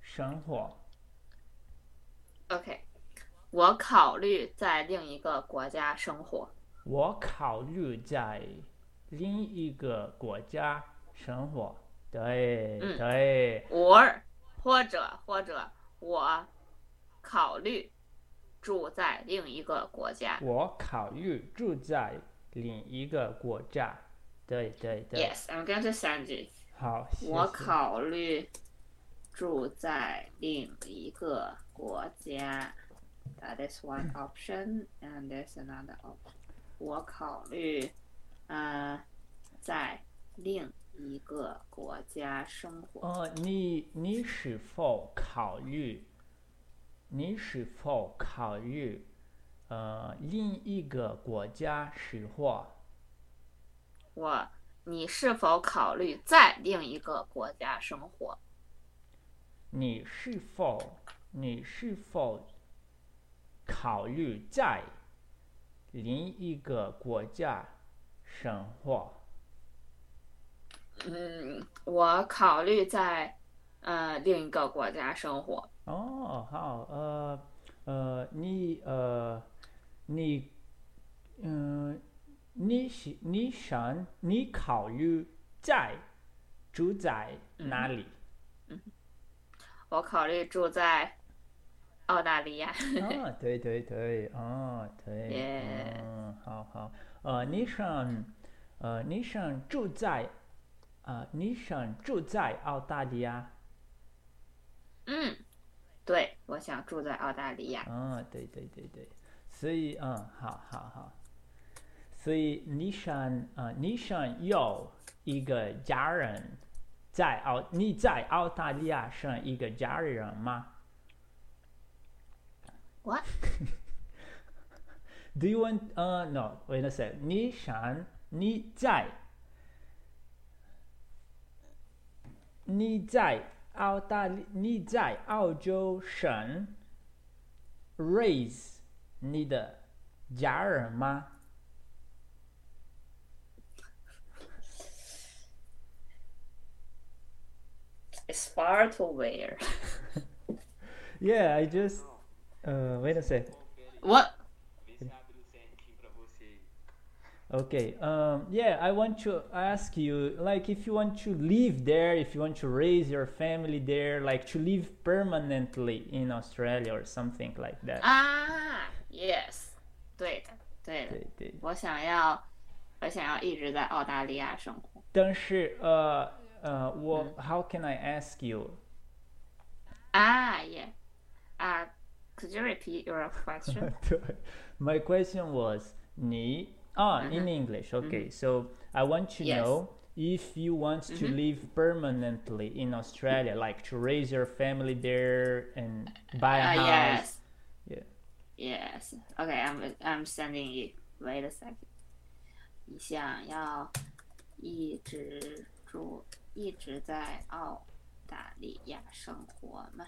[SPEAKER 2] 生活，
[SPEAKER 1] OK，我考虑在另一个国家生活。
[SPEAKER 2] 我考虑在另一个国家生活。对、
[SPEAKER 1] 嗯
[SPEAKER 2] 对，
[SPEAKER 1] 我或者或者我考虑住在另一个国家。
[SPEAKER 2] 我考虑住在另一个国家。对对对
[SPEAKER 1] Yes, I'm going to send you.
[SPEAKER 2] 好，谢谢
[SPEAKER 1] 我考虑住在另一个国家。That is one option, and there's another option. 我考虑，呃，在另一个国家生活。
[SPEAKER 2] 呃，你你是否考虑？你是否考虑？呃，另一个国家生活？
[SPEAKER 1] 我，你是否考虑在另一个国家生活？
[SPEAKER 2] 你是否你是否考虑在另一个国家生活？
[SPEAKER 1] 嗯，我考虑在呃另一个国家生活。
[SPEAKER 2] 哦，好，呃呃，你呃你嗯、你喜你想你考虑在住在哪里？
[SPEAKER 1] 我考虑住在澳大利亚。
[SPEAKER 2] 啊，对对对，啊，对，
[SPEAKER 1] Yeah
[SPEAKER 2] 嗯，好好，呃，你想，呃，你想住在，啊、你想住在澳大利亚？
[SPEAKER 1] 嗯，对，我想住在澳大利亚。
[SPEAKER 2] 啊，对对对对，所以，嗯，好好好，所以你想，啊、你想有一个家人在澳，你在澳大利亚生一个家人吗
[SPEAKER 1] What？
[SPEAKER 2] ？Do you want？呃、n o w a i t a second，你想你在你在澳大利你在澳洲省 raise 你的家人吗？
[SPEAKER 1] It's far too weird.
[SPEAKER 2] Yeah, I just. Uh, wait a sec.
[SPEAKER 1] What?
[SPEAKER 3] Vê se abre o certinho pra você aí.
[SPEAKER 2] Okay. Um. Yeah, I want to ask you, like, if you want to live there, if you want to raise your family there, like, to live permanently in Australia or something like that.
[SPEAKER 1] 啊，Yes，对的，对的，
[SPEAKER 2] 对对。
[SPEAKER 1] 我想要，我想要一直在澳大利亚生活。
[SPEAKER 2] 但是呃呃，我 How can I ask you？
[SPEAKER 1] 啊，Yeah，啊，Could you repeat your question?
[SPEAKER 2] 对，My question was 你啊、in English. Okay, so I want
[SPEAKER 1] Mm-hmm.
[SPEAKER 2] to
[SPEAKER 1] Yes. Mm-hmm.
[SPEAKER 2] know if you want to live permanently in Australia, like to raise your family there and buy
[SPEAKER 1] Uh,
[SPEAKER 2] a house.
[SPEAKER 1] yes.
[SPEAKER 2] Yeah.
[SPEAKER 1] Yes. Okay, I'm I'm sending you. Wait a second. 你想要一直住，一直在澳大利亚生活吗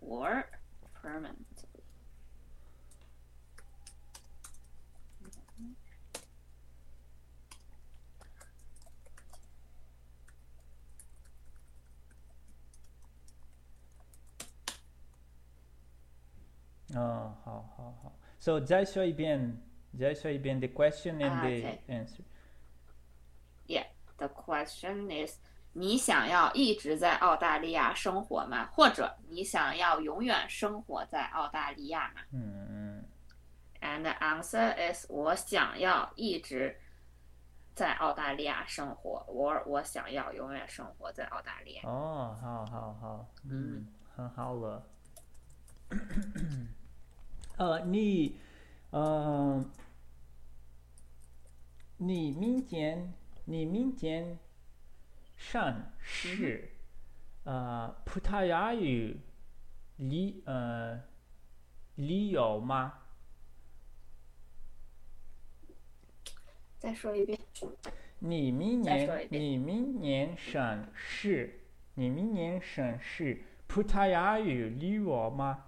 [SPEAKER 1] ？Or permanently?
[SPEAKER 2] Oh, how, how, how. So 再说一遍，再说一遍 the question and
[SPEAKER 1] Ah,
[SPEAKER 2] the
[SPEAKER 1] okay.
[SPEAKER 2] answer.
[SPEAKER 1] The question is. 你想要一直在澳大利亚生活吗？
[SPEAKER 2] Hmm.
[SPEAKER 1] 或者你想要永远生活在澳大利亚吗？
[SPEAKER 2] 嗯嗯
[SPEAKER 1] And the answer is 我想要一直在澳大利亚生活。我我想要永远生活在澳大利亚。
[SPEAKER 2] 哦，好好好，嗯，很好了。 呃，你，呃，你明天，你明天上是
[SPEAKER 1] 嗯
[SPEAKER 2] 呃葡萄牙语理呃理由吗？
[SPEAKER 1] 再说一遍。
[SPEAKER 2] 你明
[SPEAKER 1] 再说
[SPEAKER 2] 年
[SPEAKER 1] 一，遍
[SPEAKER 2] 你明年省市，你明年省市葡萄牙语理我吗？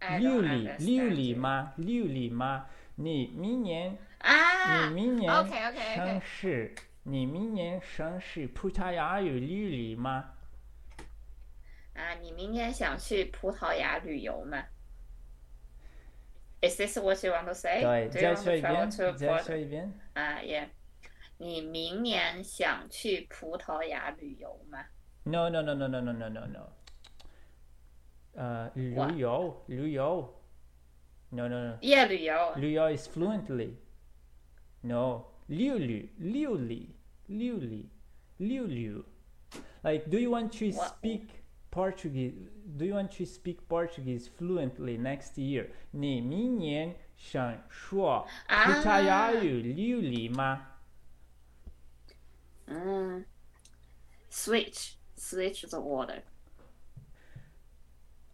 [SPEAKER 1] I
[SPEAKER 2] 六
[SPEAKER 1] don't
[SPEAKER 2] 里，六
[SPEAKER 1] understand
[SPEAKER 2] 里
[SPEAKER 1] you.
[SPEAKER 2] 吗？六里吗？你明年，
[SPEAKER 1] 啊
[SPEAKER 2] 你明年
[SPEAKER 1] ，OK OK
[SPEAKER 2] 省
[SPEAKER 1] OK，
[SPEAKER 2] 市，你明年省市葡萄牙语六里吗？
[SPEAKER 1] 啊，你明天想去葡萄牙旅游吗？Is this what you want to say?
[SPEAKER 2] 对，
[SPEAKER 1] Do you
[SPEAKER 2] 再
[SPEAKER 1] want to
[SPEAKER 2] 说一遍，
[SPEAKER 1] travel to
[SPEAKER 2] 再
[SPEAKER 1] Port-
[SPEAKER 2] 说一遍。
[SPEAKER 1] 啊耶，你明年想去葡萄牙旅游吗？
[SPEAKER 2] No, no, no, no, no, no, no, no, no. Uh,
[SPEAKER 1] 哇
[SPEAKER 2] 旅游，旅游。No, no, no.
[SPEAKER 1] 耶，旅游。
[SPEAKER 2] Liu is fluently. No. Liu Liu. Liu Li. Liu Li. Liu Liu. Like, do you want to
[SPEAKER 1] Wha-
[SPEAKER 2] speak Portuguese? Do you want to speak Portuguese fluently next year? 你明年想说
[SPEAKER 1] 啊。
[SPEAKER 2] 葡萄牙语流利吗？
[SPEAKER 1] 嗯，switch switch the water。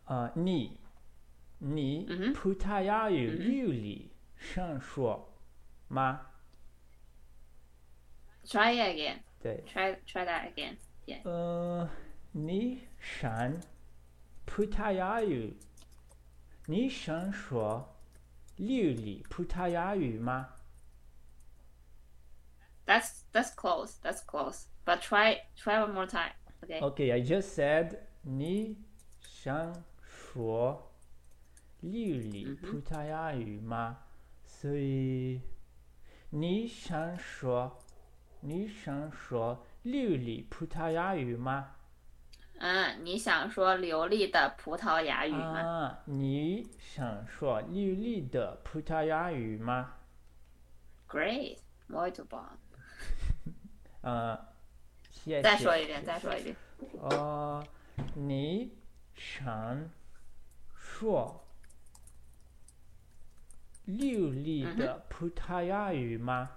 [SPEAKER 2] 啊，你你
[SPEAKER 1] 嗯哼
[SPEAKER 2] 葡萄牙语流利上说吗？
[SPEAKER 1] Try it again.
[SPEAKER 2] 对，
[SPEAKER 1] Try try that again.
[SPEAKER 2] 呃，你想葡萄牙语？你想说流利葡萄牙语吗？
[SPEAKER 1] That's that's close. That's close. But try try one more time. Okay.
[SPEAKER 2] Okay, I just said 你想说六里葡萄牙语吗？所以你想说你想说六里葡萄牙语吗？
[SPEAKER 1] 嗯，你想说流利的葡萄牙语吗？
[SPEAKER 2] 啊，你想说六里的葡萄牙语吗？
[SPEAKER 1] Great, muito bom。
[SPEAKER 2] 呃，谢谢。
[SPEAKER 1] 再说一遍，再说一遍。
[SPEAKER 2] 呃，你想说流
[SPEAKER 1] 嗯
[SPEAKER 2] 利的葡萄牙语吗？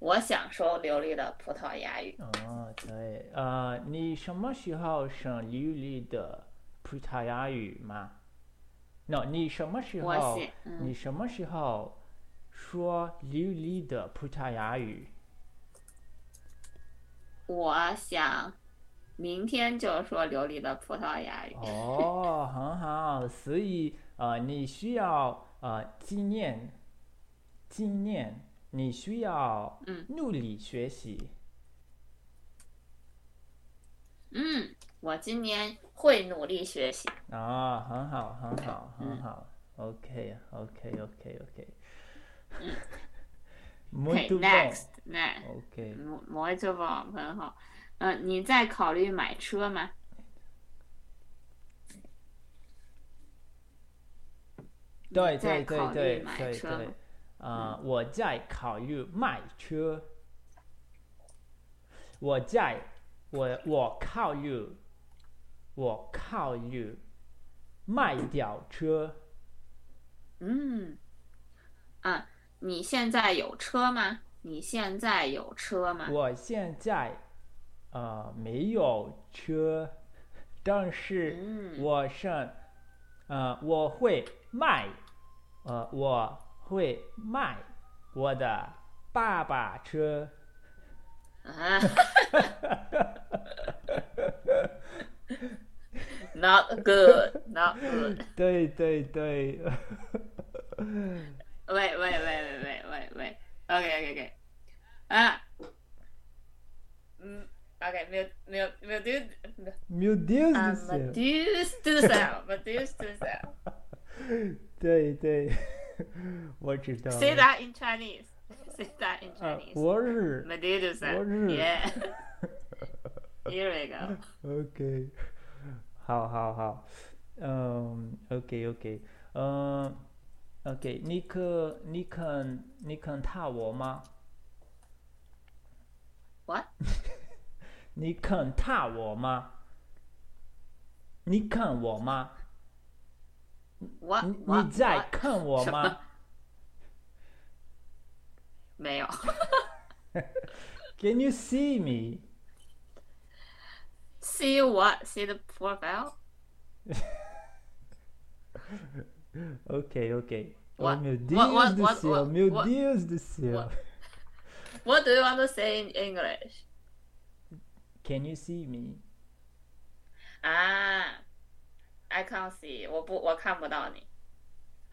[SPEAKER 1] 我想说流利的葡萄牙语。
[SPEAKER 2] 哦，对，呃，你什么时候想流利的葡萄牙语吗？no，你什么时
[SPEAKER 1] 我
[SPEAKER 2] 候
[SPEAKER 1] 喜，嗯
[SPEAKER 2] 你什么时候说流利的葡萄牙语？
[SPEAKER 1] 我想明天就说流利的葡萄牙语。
[SPEAKER 2] 哦，很好，所以呃，你需要呃纪念，纪念，你需要
[SPEAKER 1] 嗯
[SPEAKER 2] 努力学习。
[SPEAKER 1] 嗯，我今年会努力学习。
[SPEAKER 2] 啊，很好，很好，很
[SPEAKER 1] 嗯
[SPEAKER 2] 好。OK，OK，OK，OK。
[SPEAKER 1] Okay,
[SPEAKER 2] Muito
[SPEAKER 1] next,
[SPEAKER 2] bom.
[SPEAKER 1] next.
[SPEAKER 2] OK，
[SPEAKER 1] 嗯，muito bom，很好。呃，你在考虑买车吗？
[SPEAKER 2] 对
[SPEAKER 1] 在
[SPEAKER 2] 对对
[SPEAKER 1] 考虑
[SPEAKER 2] 对
[SPEAKER 1] 买
[SPEAKER 2] 对
[SPEAKER 1] 车
[SPEAKER 2] 对
[SPEAKER 1] 吗，
[SPEAKER 2] 啊，我在考虑买车。我在，我我考虑，我考虑卖掉车。
[SPEAKER 1] 嗯，啊，你现在有车吗？你现在有车吗？
[SPEAKER 2] 我现在呃没有车，但是
[SPEAKER 1] 嗯
[SPEAKER 2] 我想呃我会卖，呃我会卖我的爸爸车。
[SPEAKER 1] 啊 ，Not good, not good。
[SPEAKER 2] 对对对，
[SPEAKER 1] 喂喂喂喂喂喂喂，OK OK OK，啊，嗯，OK，meu meu meu Deus,
[SPEAKER 2] meu Deus
[SPEAKER 1] ah,
[SPEAKER 2] do
[SPEAKER 1] meu
[SPEAKER 2] céu！
[SPEAKER 1] Deus do céu, meu Deus do céu。
[SPEAKER 2] 对对， 我知道
[SPEAKER 1] Say
[SPEAKER 2] 了。
[SPEAKER 1] that in Chinese. Say that in
[SPEAKER 2] 啊
[SPEAKER 1] Chinese.，
[SPEAKER 2] 我是
[SPEAKER 1] Medusa.
[SPEAKER 2] What is it?
[SPEAKER 1] Yeah. Here we go.
[SPEAKER 2] OK， 好好好，嗯，OK OK，嗯，OK，你可你肯你肯打我吗？
[SPEAKER 1] What?
[SPEAKER 2] 你肯打我吗？你看我吗？
[SPEAKER 1] What?
[SPEAKER 2] 你
[SPEAKER 1] Uh, what-
[SPEAKER 2] 你在
[SPEAKER 1] what？
[SPEAKER 2] 看我
[SPEAKER 1] 什
[SPEAKER 2] 吗
[SPEAKER 1] 么？没有。
[SPEAKER 2] ？Can you see me？
[SPEAKER 1] See what? See the profile?
[SPEAKER 2] Ok, ok.
[SPEAKER 1] What-
[SPEAKER 2] Oh meu Deus
[SPEAKER 1] what- what-
[SPEAKER 2] do
[SPEAKER 1] what-
[SPEAKER 2] céu,
[SPEAKER 1] what-
[SPEAKER 2] meu
[SPEAKER 1] what-
[SPEAKER 2] Deus do céu.
[SPEAKER 1] what- What do you want to say in English?
[SPEAKER 2] Can you see me?
[SPEAKER 1] 啊，I can't see. 我不，我看不到你。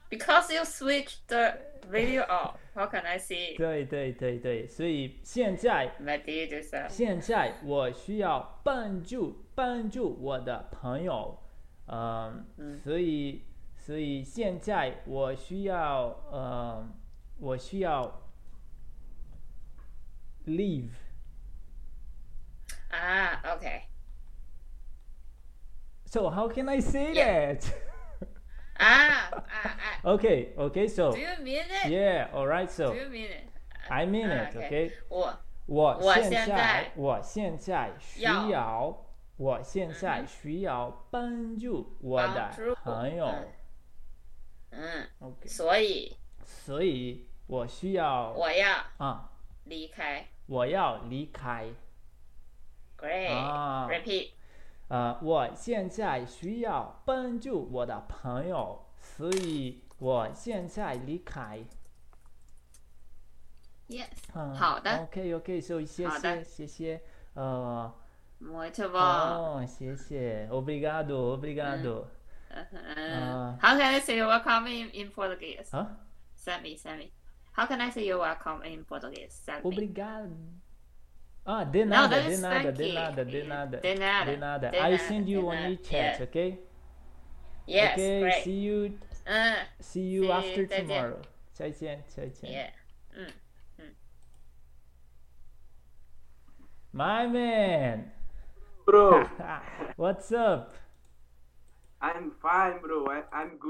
[SPEAKER 1] Because you switched the video off, how can I see?
[SPEAKER 2] 对对对对，所以现在
[SPEAKER 1] What do you do, sir?
[SPEAKER 2] 现在我需要帮助帮助我的朋友，嗯，
[SPEAKER 1] 嗯
[SPEAKER 2] 所以所以现在我需要呃，我需要 leave
[SPEAKER 1] 啊，OK。
[SPEAKER 2] So how can I say
[SPEAKER 1] Yeah.
[SPEAKER 2] that?
[SPEAKER 1] 啊啊啊
[SPEAKER 2] okay, okay, so
[SPEAKER 1] Ah, ！Do you mean it?
[SPEAKER 2] yeah, all right, so
[SPEAKER 1] Do you mean it? Ah,
[SPEAKER 2] I mean
[SPEAKER 1] 啊
[SPEAKER 2] it, okay?
[SPEAKER 1] 我
[SPEAKER 2] 我
[SPEAKER 1] 我
[SPEAKER 2] 现
[SPEAKER 1] 现
[SPEAKER 2] 在
[SPEAKER 1] 在
[SPEAKER 2] 我现在需
[SPEAKER 1] 要
[SPEAKER 2] 要我现在
[SPEAKER 1] 嗯
[SPEAKER 2] 需要帮助我
[SPEAKER 1] 帮
[SPEAKER 2] 的
[SPEAKER 1] 助
[SPEAKER 2] 朋友
[SPEAKER 1] 嗯嗯，
[SPEAKER 2] ，OK，
[SPEAKER 1] 所以
[SPEAKER 2] 所以我需要
[SPEAKER 1] 我要
[SPEAKER 2] 啊，
[SPEAKER 1] 离开。
[SPEAKER 2] 我要离开
[SPEAKER 1] Great.
[SPEAKER 2] 啊，
[SPEAKER 1] Repeat.
[SPEAKER 2] 呃，我现在需要帮助我的朋友，所以我现在离开。
[SPEAKER 1] Yes.
[SPEAKER 2] 嗯，
[SPEAKER 1] 好的
[SPEAKER 2] ，OK OK，so 谢
[SPEAKER 1] 好
[SPEAKER 2] 谢
[SPEAKER 1] 的
[SPEAKER 2] 谢谢，呃，
[SPEAKER 1] Muito bom.
[SPEAKER 2] 哦，谢谢，obrigado
[SPEAKER 1] 嗯
[SPEAKER 2] obrigado，Ah.
[SPEAKER 1] Uh, how can I say you're welcome in, in Portuguese?
[SPEAKER 2] 啊
[SPEAKER 1] Send me, send me. How can I say you're welcome in Portuguese? Send me.
[SPEAKER 2] Obrigado. Ah, de
[SPEAKER 1] No,
[SPEAKER 2] nada,
[SPEAKER 1] that
[SPEAKER 2] de
[SPEAKER 1] is
[SPEAKER 2] nada, de
[SPEAKER 1] Frankie.
[SPEAKER 2] nada, de nada.
[SPEAKER 1] De nada,
[SPEAKER 2] De nada.
[SPEAKER 1] de
[SPEAKER 2] I
[SPEAKER 1] nada,
[SPEAKER 2] send
[SPEAKER 1] de
[SPEAKER 2] you on
[SPEAKER 1] nada.
[SPEAKER 2] your chat,
[SPEAKER 1] Yeah.
[SPEAKER 2] okay?
[SPEAKER 1] Yes,
[SPEAKER 2] okay,
[SPEAKER 1] great.
[SPEAKER 2] see you
[SPEAKER 1] Uh,
[SPEAKER 2] see you
[SPEAKER 1] See you,
[SPEAKER 2] after
[SPEAKER 1] 再见
[SPEAKER 2] tomorrow. 再见，再见。
[SPEAKER 1] yeah. 嗯
[SPEAKER 2] My man. Ah,
[SPEAKER 4] Bro,
[SPEAKER 2] What's up?
[SPEAKER 4] I'm fine, bro. I, I'm good.